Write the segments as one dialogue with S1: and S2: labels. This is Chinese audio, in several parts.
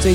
S1: 最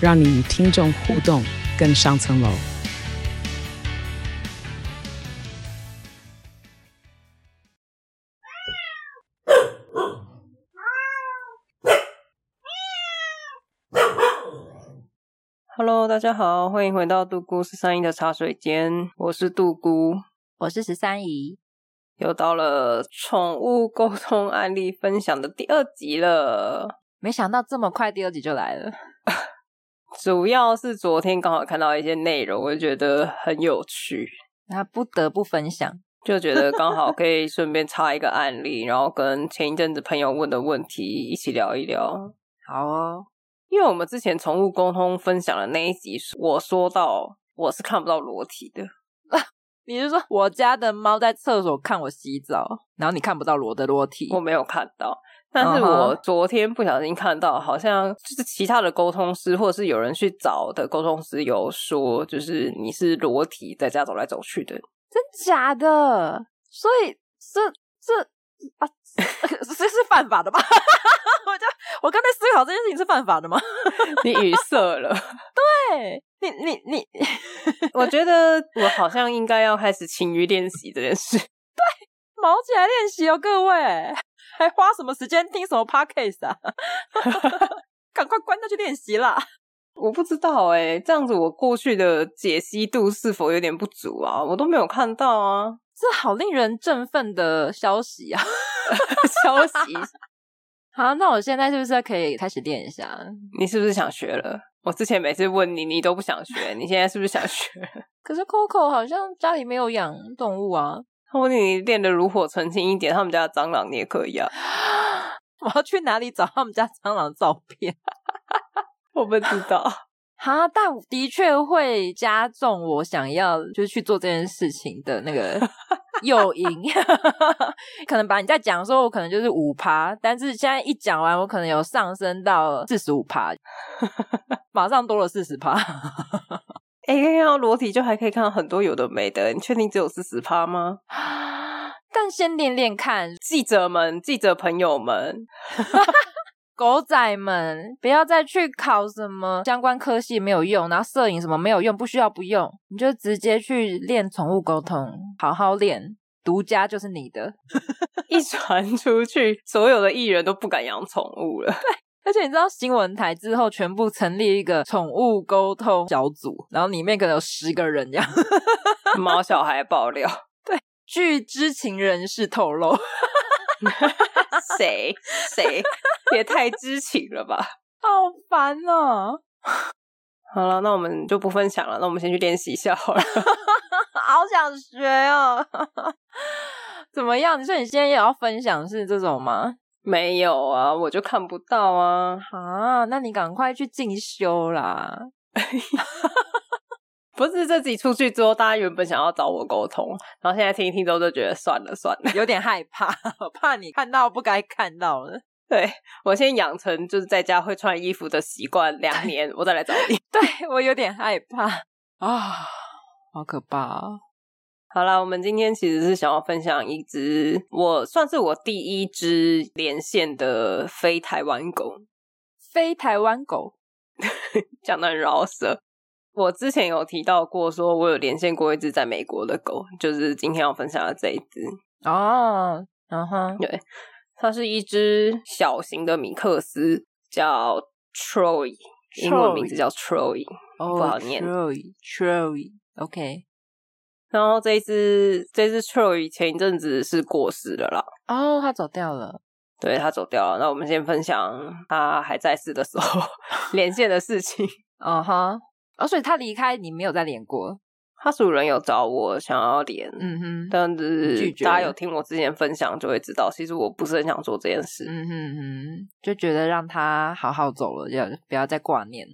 S1: 让你与听众互动更上层楼。
S2: Hello，大家好，欢迎回到杜姑十三姨的茶水间，我是杜姑。
S3: 我是十三姨，
S2: 又到了宠物沟通案例分享的第二集了，
S3: 没想到这么快第二集就来了。
S2: 主要是昨天刚好看到一些内容，我就觉得很有趣，
S3: 那不得不分享，
S2: 就觉得刚好可以顺便插一个案例，然后跟前一阵子朋友问的问题一起聊一聊。
S3: 好哦，
S2: 因为我们之前宠物沟通分享的那一集，我说到我是看不到裸体的，
S3: 你是说我家的猫在厕所看我洗澡，然后你看不到裸的裸体？
S2: 我没有看到，但是我昨天不小心看到，好像就是其他的沟通师，或者是有人去找的沟通师有说，就是你是裸体在家走来走去的，
S3: 真假的？所以这这啊， 这是犯法的吧？ 我就我刚才思考这件事情是犯法的吗？
S2: 你 语塞了。
S3: 对，你你你，
S2: 我觉得我好像应该要开始勤于练习这件事。
S3: 毛起来练习哦，各位，还花什么时间听什么 podcast 啊？ 赶快关掉去练习啦！
S2: 我不知道哎、这样子我过去的解析度是否有点不足啊？我都没有看到啊，
S3: 这好令人振奋的消息 啊！
S2: 消息。
S3: 好，那我现在是不是可以开始练一下？
S2: 你是不是想学了？我之前每次问你，你都不想学，你现在是不是想学？
S3: 可是 Coco 好像家里没有养动物啊，
S2: 他问你练得炉火纯青一点，他们家的蟑螂你也可以啊。
S3: 我要去哪里找他们家蟑螂照片？
S2: 我不知道，
S3: 哈，但我的确会加重我想要就是去做这件事情的那 个诱因， 可能把你在讲的时候，我可能就是五趴，但是现在一讲完，我可能有上升到四十五 趴，马上多了四十趴。
S2: 哎、看到裸体就还可以看到很多有的没的，你确定只有四十趴吗？
S3: 但先练练看，
S2: 记者们、记者朋友们，
S3: 狗仔们，不要再去考什么相关科系没有用，然后摄影什么没有用，不需要不用，你就直接去练宠物沟通，好好练，独家就是你的。
S2: 一传出去，所有的艺人都不敢养宠物了。
S3: 而且你知道新闻台之后全部成立一个宠物沟通小组，然后里面可能有十个人这样。
S2: 毛小孩爆料，
S3: 据知情人士透露，
S2: 谁谁也太知情了吧？
S3: 好烦哦，
S2: 好了，那我们就不分享了，那我们先去练习一下好了。
S3: 好想学哦。 怎么样？你说你今天也要分享是这种吗？
S2: 没有啊，我就看不到啊。
S3: 啊，那你赶快去进修啦！
S2: 不是这集出去之后，大家原本想要找我沟通，然后现在听一听之后就觉得算了算了。
S3: 有点害怕，我怕你看到不该看到的。
S2: 对我先养成就是在家会穿衣服的习惯，两年我再来找你。
S3: 对我有点害怕啊，好可怕、哦！
S2: 好啦，我们今天其实是想要分享一只我算是我第一只连线的非台湾狗，
S3: 非台湾狗
S2: 讲的很饶舌。我之前有提到过，说我有连线过一只在美国的狗，就是今天要分享的这一只。
S3: 哦，嗯哼，
S2: 对，它是一只小型的米克斯，叫 Troy，英文名字叫 Troy。
S3: 不
S2: 不好念
S3: Troy，Troy，OK，
S2: 然后这一只这只 Troy 前一阵子是过世了啦，
S3: 哦，他走掉了。
S2: 对他走掉了。那我们先分享他还在世的时 候连线的事情。
S3: 嗯哼，哦，所以他离开你没有再连过。
S2: 他属人有找我想要连，
S3: 嗯哼，
S2: 但是
S3: 拒绝
S2: 大家有听我之前分享就会知道，其实我不是很想做这件事。
S3: 嗯哼哼，就觉得让他好好走了，这样不要再挂念了。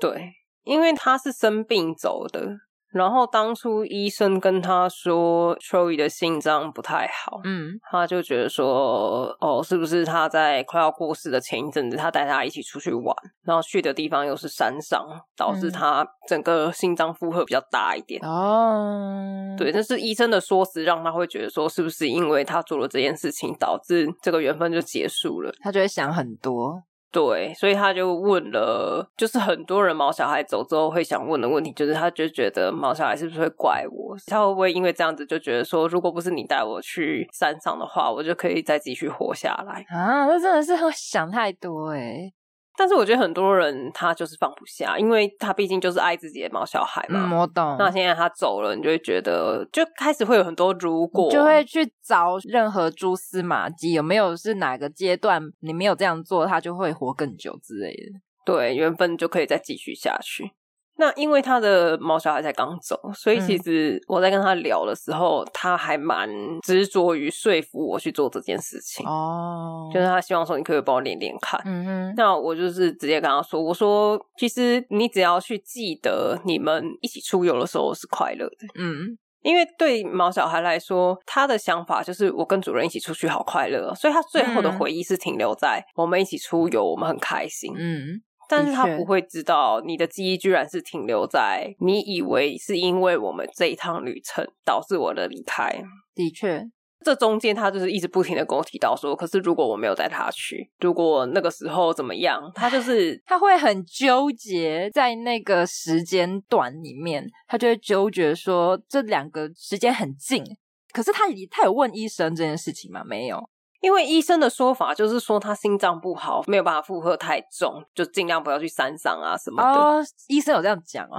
S2: 对，因为他是生病走的。然后当初医生跟他说 Troy 的心脏不太好，
S3: 嗯
S2: 他就觉得说，哦，是不是他在快要过世的前一阵子，他带他一起出去玩，然后去的地方又是山上，导致
S3: 嗯
S2: 他整个心脏负荷比较大一点。
S3: 哦，
S2: 对，但是医生的说辞让他会觉得说，是不是因为他做了这件事情，导致这个缘分就结束了？
S3: 他就会想很多，
S2: 对，所以他就问了，就是很多人毛小孩走之后会想问的问题，就是他就觉得毛小孩是不是会怪我？他会不会因为这样子就觉得说，如果不是你带我去山上的话，我就可以再继续活下来？
S3: 啊，这真的是会想太多哎、
S2: 但是我觉得很多人他就是放不下，因为他毕竟就是爱自己的毛小孩嘛。
S3: 嗯，我懂，
S2: 啊那现在他走了，你就会觉得，就开始会有很多如果，
S3: 就会去找任何蛛丝马迹，有没有是哪个阶段你没有这样做，他就会活更久之类的。
S2: 对，缘分就可以再继续下去。那因为他的毛小孩才刚走，所以其
S3: 嗯
S2: 实我在跟他聊的时候，他还蛮执着于说服我去做这件事情，
S3: 哦
S2: 就是他希望说你可不可以帮我练练看。
S3: 嗯哼，
S2: 那我就是直接跟他说，我说其实你只要去记得你们一起出游的时候是快乐的，
S3: 嗯，
S2: 因为对毛小孩来说，他的想法就是我跟主人一起出去好快乐哦，所以他最后的
S3: 嗯
S2: 回忆是停留在我们一起出游，我们很开心。
S3: 嗯，
S2: 但是他
S3: 确
S2: 不会知道你的记忆居然是停留在你以为是因为我们这一趟旅程导致我的离开。
S3: 的确，
S2: 这中间他就是一直不停的跟我提到说，可是如果我没有带他去，如果那个时候怎么样，他就是
S3: 他会很纠结在那个时间段里面，他就会纠结说这两个时间很近。可是他也他有问医生这件事情吗？没有，
S2: 因为医生的说法就是说他心脏不好，没有办法负荷太重，就尽量不要去山上啊什么的。
S3: 哦，医生有这样讲哦，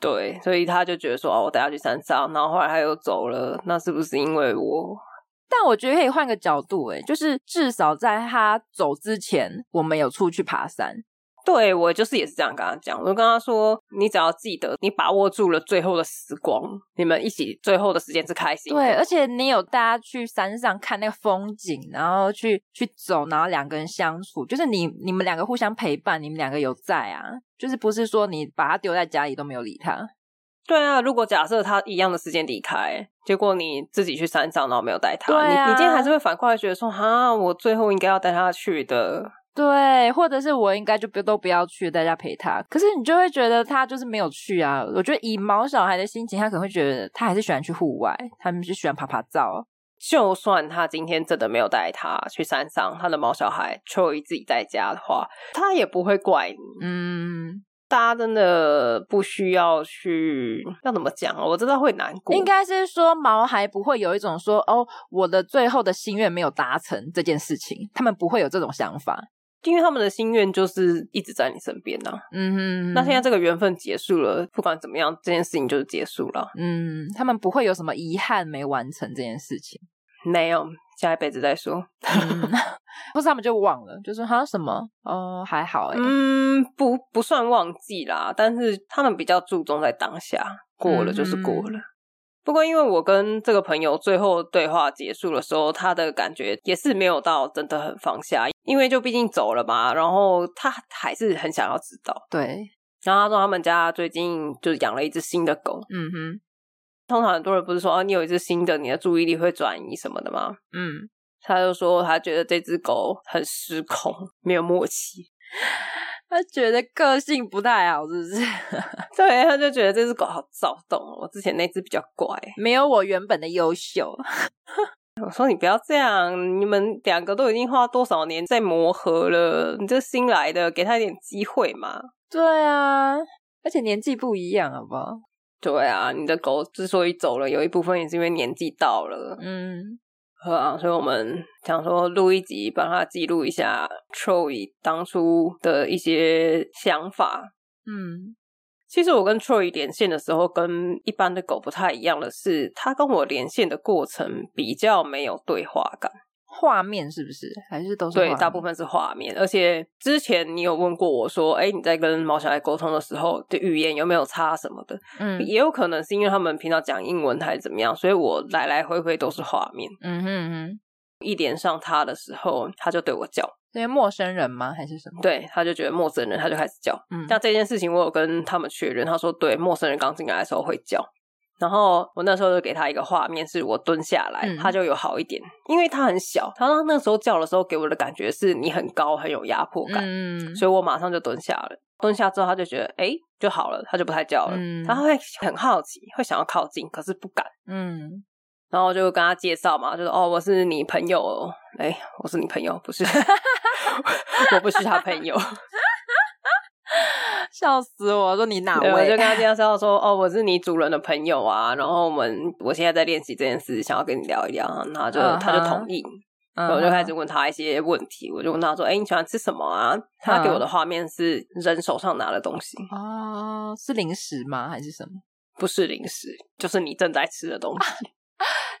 S2: 对，所以他就觉得说哦，我带他去山上，然后后来他又走了，那是不是因为我？
S3: 但我觉得可以换个角度，诶，就是至少在他走之前，我们有出去爬山。
S2: 对我就是也是这样跟他讲，我就跟他说，你只要记得，你把握住了最后的时光，你们一起最后的时间是开心的。
S3: 对，而且你有带他去山上看那个风景，然后去去走，然后两个人相处，就是你你们两个互相陪伴，你们两个有在啊，就是不是说你把他丢在家里都没有理他。
S2: 对啊，如果假设他一样的时间离开，结果你自己去山上，然后没有带他，
S3: 对啊
S2: 你你今天还是会反过来觉得说，哈，我最后应该要带他去的。
S3: 对，或者是我应该就不都不要去，大家陪他。可是你就会觉得他就是没有去啊。我觉得以毛小孩的心情，他可能会觉得他还是喜欢去户外，他们是喜欢爬爬照。
S2: 就算他今天真的没有带他去山上，他的毛小孩 Troy 自己在家的话，他也不会怪你。
S3: 嗯，
S2: 大家真的不需要去要怎么讲啊？我知道会难过，
S3: 应该是说毛孩不会有一种说哦，我的最后的心愿没有达成这件事情，他们不会有这种想法。
S2: 因为他们的心愿就是一直在你身边呐、
S3: 嗯哼，
S2: 那现在这个缘分结束了，不管怎么样，这件事情就是结束了。
S3: 嗯，他们不会有什么遗憾没完成这件事情。
S2: 没有，下一辈子再说。
S3: 嗯或是他们就忘了，就说哈什么哦，还好哎、
S2: 嗯，不不算忘记啦，但是他们比较注重在当下，过了就是过了。不过，因为我跟这个朋友最后对话结束的时候，他的感觉也是没有到真的很放下，因为就毕竟走了嘛，然后他还是很想要知道。
S3: 对，
S2: 然后他说他们家最近就养了一只新的狗，
S3: 嗯哼，
S2: 通常很多人不是说哦，你有一只新的，你的注意力会转移什么的吗？
S3: 嗯。
S2: 他就说他觉得这只狗很失控，没有默契。
S3: 他觉得个性不太好，是不是？
S2: 对，他就觉得这只狗好躁动哦。我之前那只比较乖。
S3: 没有我原本的优秀。
S2: 我说你不要这样，你们两个都已经花多少年在磨合了，你这新来的，给他一点机会嘛。
S3: 对啊，而且年纪不一样，好不好？
S2: 对啊，你的狗之所以走了，有一部分也是因为年纪到了。
S3: 嗯，
S2: 呃、啊，所以我们想说录一集，帮他记录一下 Troy 当初的一些想法。
S3: 嗯，
S2: 其实我跟 Troy 连线的时候，跟一般的狗不太一样的是，它跟我连线的过程比较没有对话感，
S3: 画面是不是？还哦是都是
S2: 对
S3: 画，
S2: 大部
S3: 面
S2: 分是画面。而且之前你有问过我说，哎，你在跟毛小孩沟通的时候，对语言有没有差什么的？
S3: 嗯
S2: 也有可能是因为他们平常讲英文还是怎么样，所以我来来回回都是画面。
S3: 嗯哼嗯哼
S2: 一连上他的时候，他就对我叫，
S3: 那些陌生人吗？还是什么？
S2: 对，他就觉得陌生人，他就开始叫。
S3: 嗯
S2: 像这件事情，我有跟他们确认，他说对，陌生人刚进来的时候会叫。然后我那时候就给他一个画面，是我蹲下来，
S3: 嗯
S2: 他就有好一点，因为他很小。他那时候叫的时候，给我的感觉是你很高，很有压迫感，
S3: 嗯，
S2: 所以我马上就蹲下了。蹲下之后，他就觉得哎就好了，他就不太叫了。
S3: 嗯
S2: 他会很好奇，会想要靠近，可是不敢。
S3: 嗯，
S2: 然后我就跟他介绍嘛，就说哦，我是你朋友哦，哎，我是你朋友，不是， 我不是他朋友。
S3: 笑死啊我！说你哪
S2: 对，我就
S3: 位
S2: 跟？他介绍说，哦，我是你主人的朋友啊，然后我们我现在在练习这件事，想要跟你聊一聊，啊然后就、
S3: 嗯哼
S2: 他就同意，
S3: 嗯
S2: 然后我就开始问他一些问题，我就问他说，哎，你喜欢吃什么啊？他给我的画面是人手上拿的东西，
S3: 哦，是零食吗？还是什么？
S2: 不是零食，就是你正在吃的东西。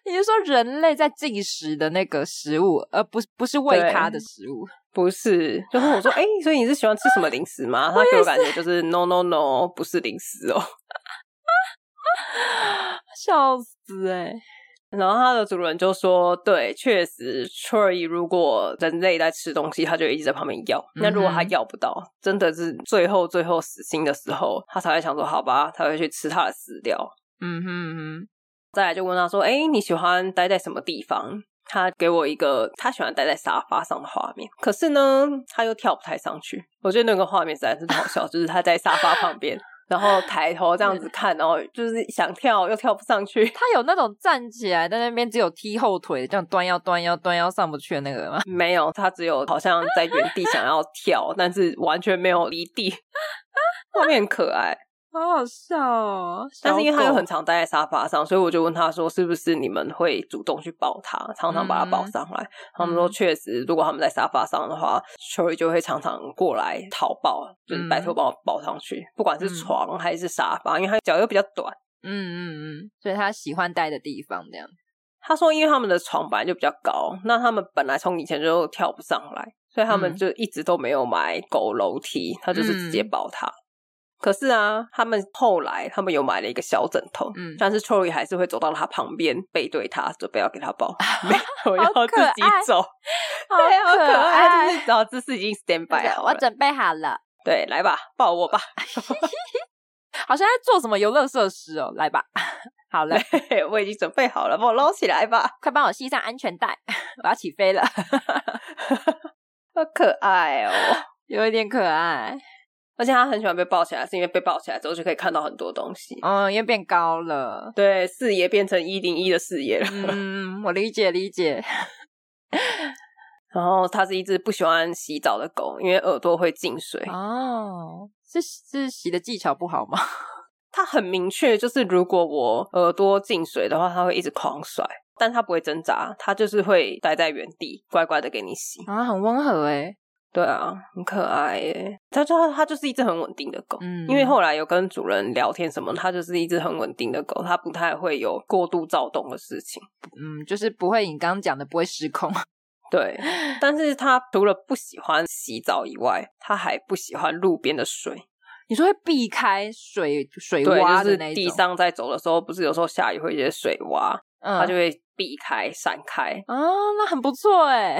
S3: 你是说人类在进食的那个食物，而不是不是喂
S2: 对
S3: 它的食物？
S2: 不是，就是我说，哎、所以你是喜欢吃什么零食吗？他给我感觉就是 no no no，不是零食哦。
S3: 笑死哎、
S2: 然后它的主人就说：“对，确实，Troy 如果人类在吃东西，它就一直在旁边要。
S3: 嗯哼
S2: 那如果它要不到，真的是最后最后死心的时候，它才会想说好吧，才会去吃它的饲料。
S3: 嗯哼嗯
S2: 再来就问他说：‘哎，你喜欢待在什么地方？’他给我一个他喜欢待在沙发上的画面，可是呢，他又跳不太上去。我觉得那个画面实在是太好笑，就是他在沙发旁边，然后抬头这样
S3: 嗯
S2: 子看，然后就是想跳又跳不上去。”
S3: 他有那种站起来在那边只有踢后腿，这样端腰端腰端腰上不去的那个吗？
S2: 没有，他只有好像在原地想要跳，但是完全没有离地，画面很可爱。
S3: 好好笑哦！
S2: 但是因为他
S3: 小
S2: 又
S3: 狗
S2: 很常待在沙发上，所以我就问他说：“是不是你们会主动去抱他，常常把他
S3: 嗯
S2: 抱上来？”他们说：“确实，如果他们在沙发上的话 s h r y 就会常常过来讨抱，就是拜托帮我抱上去，不管是
S3: 嗯
S2: 床还是沙发，因为他脚又比较短。”
S3: 嗯嗯嗯，所以他喜欢待的地方这样。
S2: 他说，因为他们的床本来就比较高，那他们本来从以前就跳不上来，所以他们
S3: 嗯
S2: 就一直都没有买狗楼梯，他就是直接抱它。可是啊，他们后来他们有买了一个小枕头，
S3: 嗯
S2: 但是 Troy 还是会走到他旁边，背对他，准备要给他 抱，没有要
S3: 好可
S2: 自
S3: 爱
S2: 己走，
S3: 好
S2: 对，好可爱，就
S3: 爱
S2: 是然后姿势已经 stand by 好
S3: 我
S2: 了，
S3: 准备好了，
S2: 对，来吧，抱我吧，
S3: 好像在做什么游乐设施哦，来吧， 好了，
S2: 嘿嘿我已经准备好了，把我捞起来吧，
S3: 快帮我系上安全带， 我要起飞了，
S2: 好可爱哦。
S3: 有一点可爱，
S2: 而且他很喜欢被抱起来，是因为被抱起来之后就可以看到很多东西。
S3: 嗯，因为变高了，
S2: 对，视野变成一零一的视野了。
S3: 嗯，我理解理解，
S2: 然后它是一只不喜欢洗澡的狗，因为耳朵会进水。
S3: 哦，是是洗的技巧不好吗？
S2: 它很明确，就是如果我耳朵进水的话，它会一直狂甩，但它不会挣扎，它就是会待在原地，乖乖的给你洗。
S3: 啊，很温和哎，
S2: 对啊，很可爱耶。它就它就是一只很稳定的狗。
S3: 嗯
S2: 因为后来有跟主人聊天什么，它就是一只很稳定的狗，它不太会有过度躁动的事情。
S3: 嗯，就是不会你刚刚讲的不会失控，
S2: 对，但是它除了不喜欢洗澡以外，它还不喜欢路边的水。
S3: 你说会避开水水
S2: 对，
S3: 洼
S2: 就
S3: 的
S2: 是
S3: 那一种，
S2: 地上在走的时候，不是有时候下雨会有一些水洼，
S3: 嗯，
S2: 它就会避开、闪开。
S3: 啊，那很不错哎。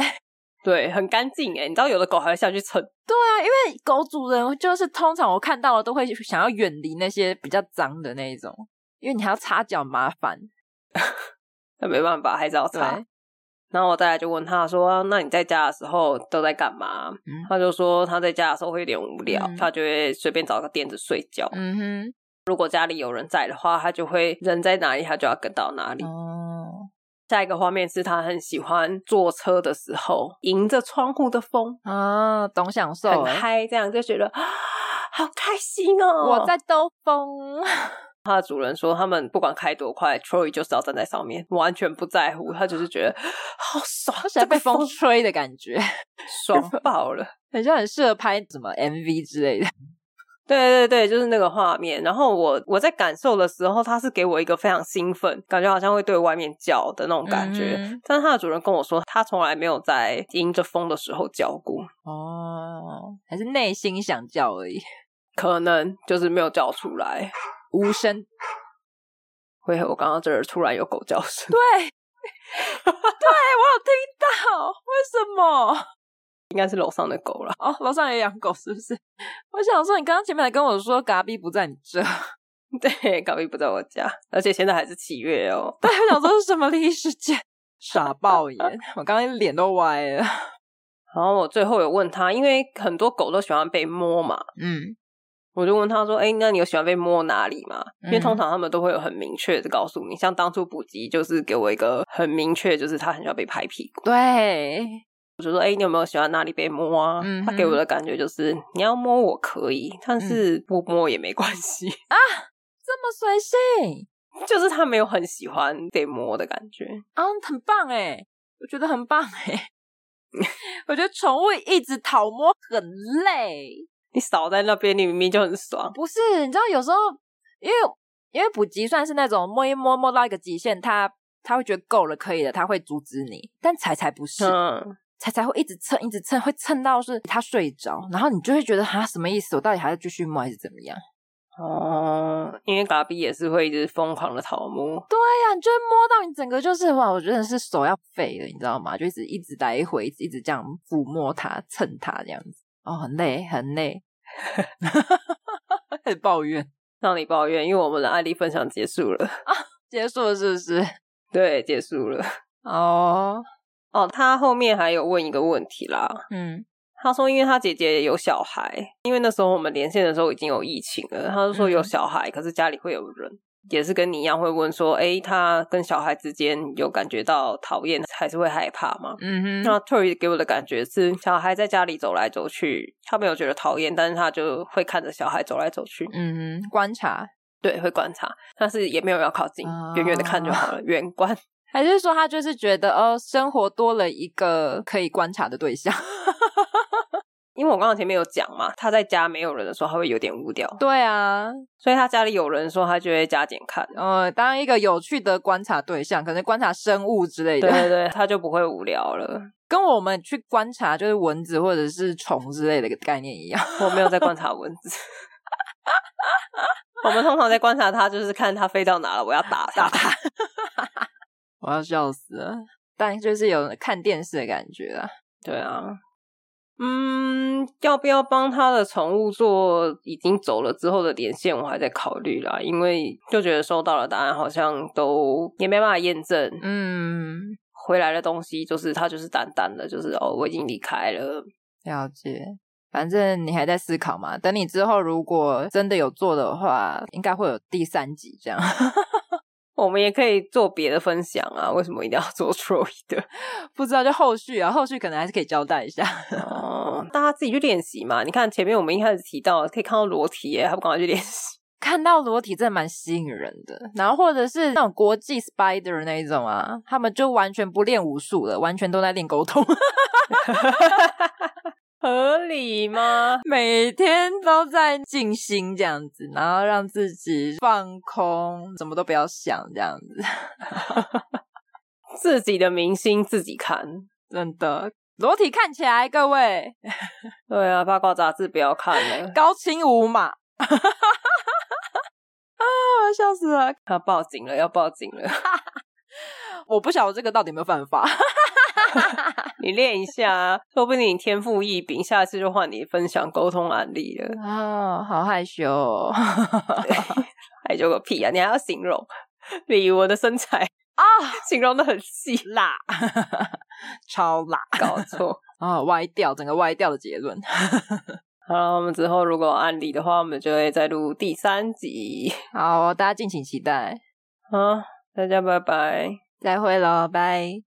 S2: 对，很干净欸诶，你知道有的狗还会下去蹭。
S3: 对啊，因为狗主人就是通常我看到了都会想要远离那些比较脏的那一种，因为你还要擦脚麻烦。
S2: 那没办法，还是要
S3: 对，
S2: 擦。然后我再来就问他说：“那你在家的时候都在干嘛？”
S3: 嗯
S2: 他就说他在家的时候会有点无聊，
S3: 嗯
S2: 他就会随便找个垫子睡觉。
S3: 嗯
S2: 如果家里有人在的话，他就会人在哪里，他就要跟到哪里。
S3: 哼，哦，
S2: 下一个画面是他很喜欢坐车的时候，迎着窗户的风，
S3: 啊，懂享受
S2: 很
S3: 欸，
S2: 嗨，这样就觉得啊，好开心哦！
S3: 我在兜 风，
S2: 他的主人说，他们不管开多快，Troy 就是要站在上面，完全不在乎，他就是觉得好爽，这
S3: 而且
S2: 个
S3: 被
S2: 风
S3: 风吹的感觉，
S2: 爽爆了。
S3: 很像很适合拍什么 MV 之类的。
S2: 对对对，就是那个画面。然后我我在感受的时候，他是给我一个非常兴奋，感觉好像会对外面叫的那种感觉。
S3: 嗯
S2: 但是他的主人跟我说，他从来没有在迎着风的时候叫过，
S3: 哦，还是内心想叫而已，
S2: 可能就是没有叫出来。
S3: 无声。
S2: 会，我刚刚这儿突然有狗叫声。
S3: 对，对我有听到，为什么？
S2: 应该是楼上的狗啦。
S3: 哦，楼上也养狗是不 是？我想说，你刚刚前面还跟我说嘎逼不在你这，
S2: 对，高一不在我家，而且现在还是七月哦。
S3: 对，我想说是什么灵异事件？傻爆眼！我刚刚脸都歪了。
S2: 然后我最后有问他，因为很多狗都喜欢被摸嘛，
S3: 嗯
S2: 我就问他说：“哎、那你有喜欢被摸哪里吗？”因为
S3: 嗯
S2: 通常他们都会有很明确的告诉你，像当初补习就是给我一个很明确，就是他很喜欢被拍屁股。
S3: 对，
S2: 我就说：“哎、你有没有喜欢哪里被摸啊？”
S3: 嗯哼嗯
S2: 他给我的感觉就是你要摸我可以，但是不摸也没关系，
S3: 这么随性，
S2: 就是他没有很喜欢被摸的感觉。
S3: 啊，很棒哎，我觉得很棒哎。 我觉得宠物一直讨摸很累，
S2: 你扫在那边，你明明就很爽。
S3: 不是，你知道有时候，因为因为补给算是那种摸一摸摸到一个极限，它它会觉得够了，可以了，它会阻止你。但彩彩不是，
S2: 嗯，
S3: 彩彩会一直蹭，一直蹭，会蹭到是它睡着，然后你就会觉得哈什么意思？我到底还要继续摸还是怎么样？
S2: 哦，因为嘎比也是会一直疯狂的讨摸。
S3: 对呀、你就会摸到你整个就是哇，我真的是手要废了，你知道吗？就一直一直来回，一直一直这样抚摸它、蹭它这样子，哦，很累，很累， 很抱怨。
S2: 让你抱怨，因为我们的案例分享结束了，
S3: 结束了是不是？
S2: 对，结束了。
S3: 哦，
S2: 哦，他后面还有问一个问题啦。
S3: 嗯，
S2: 他说，因为他姐姐有小孩，因为那时候我们连线的时候已经有疫情了，他就说
S3: 嗯
S2: 有小孩，可是家里会有人，也是跟你一样会问说，诶、他跟小孩之间有感觉到讨厌，还是会害怕吗？
S3: 嗯哼，
S2: 那 Tory 给我的感觉是，小孩在家里走来走去，他没有觉得讨厌，但是他就会看着小孩走来走去，
S3: 嗯哼，观察，
S2: 对，会观察，但是也没有要靠近
S3: 哦，
S2: 远远的看就好了， 远观。
S3: 还是说他就是觉得哦，生活多了一个可以观察的对象？
S2: 因为我刚刚前面有讲嘛，他在家没有人的时候，他会有点无聊，
S3: 对啊，
S2: 所以他家里有人的时候，他就会加减看。
S3: 呃，当一个有趣的观察对象，可能观察生物之类
S2: 对
S3: 的，
S2: 对对，他就不会无聊了。
S3: 跟我们去观察就是蚊子或者是虫之类的概念一样。
S2: 我没有在观察蚊子， 我们通常在观察它，就是看它飞到哪了，我要打它。
S3: 我要笑死了，但就是有看电视的感觉啦。
S2: 对啊，嗯，要不要帮他的宠物做已经走了之后的连线，我还在考虑啦，因为就觉得收到了答案好像都也没办法验证，
S3: 嗯，
S2: 回来的东西就是它就是淡淡的，就是哦我已经离开了，
S3: 了解。反正你还在思考嘛，等你之后如果真的有做的话，应该会有第三集这样。
S2: 我们也可以做别的分享啊，为什么一定要做 Troy 的？
S3: 不知道就后续啊，后续可能还是可以交代一下。
S2: 哦，大家自己去练习嘛。你看前面我们一开始提到，可以看到裸体耶，还不赶快去练习？
S3: 看到裸体真的蛮吸引人的，然后或者是那种国际 spider 那一种啊，他们就完全不练武术了，完全都在练沟通，
S2: 合理吗？
S3: 每天都在静心这样子，然后让自己放空，什么都不要想这样子，
S2: 自己的明星自己看。
S3: 真的。裸体看起来，各位
S2: 对啊，八卦杂志不要看了，
S3: 高清无码 啊！我笑死了！
S2: 要报警了，要报警了！
S3: 我不晓得这个到底有没有犯法。
S2: 你练一下啊，说不定你天赋异禀，下次就换你分享沟通案例了。
S3: 哦，好害羞、哦。
S2: 害羞个屁啊！你还要形容， 例如我的身材
S3: 啊，
S2: 形容的很细，
S3: 辣， 超辣
S2: 搞错。
S3: 啊、歪掉，整个歪掉的结论。
S2: 好了，我们之后如果有案例的话，我们就会再录第三集。
S3: 好，大家敬请期待，
S2: 啊，大家拜拜。
S3: 再会喽，拜。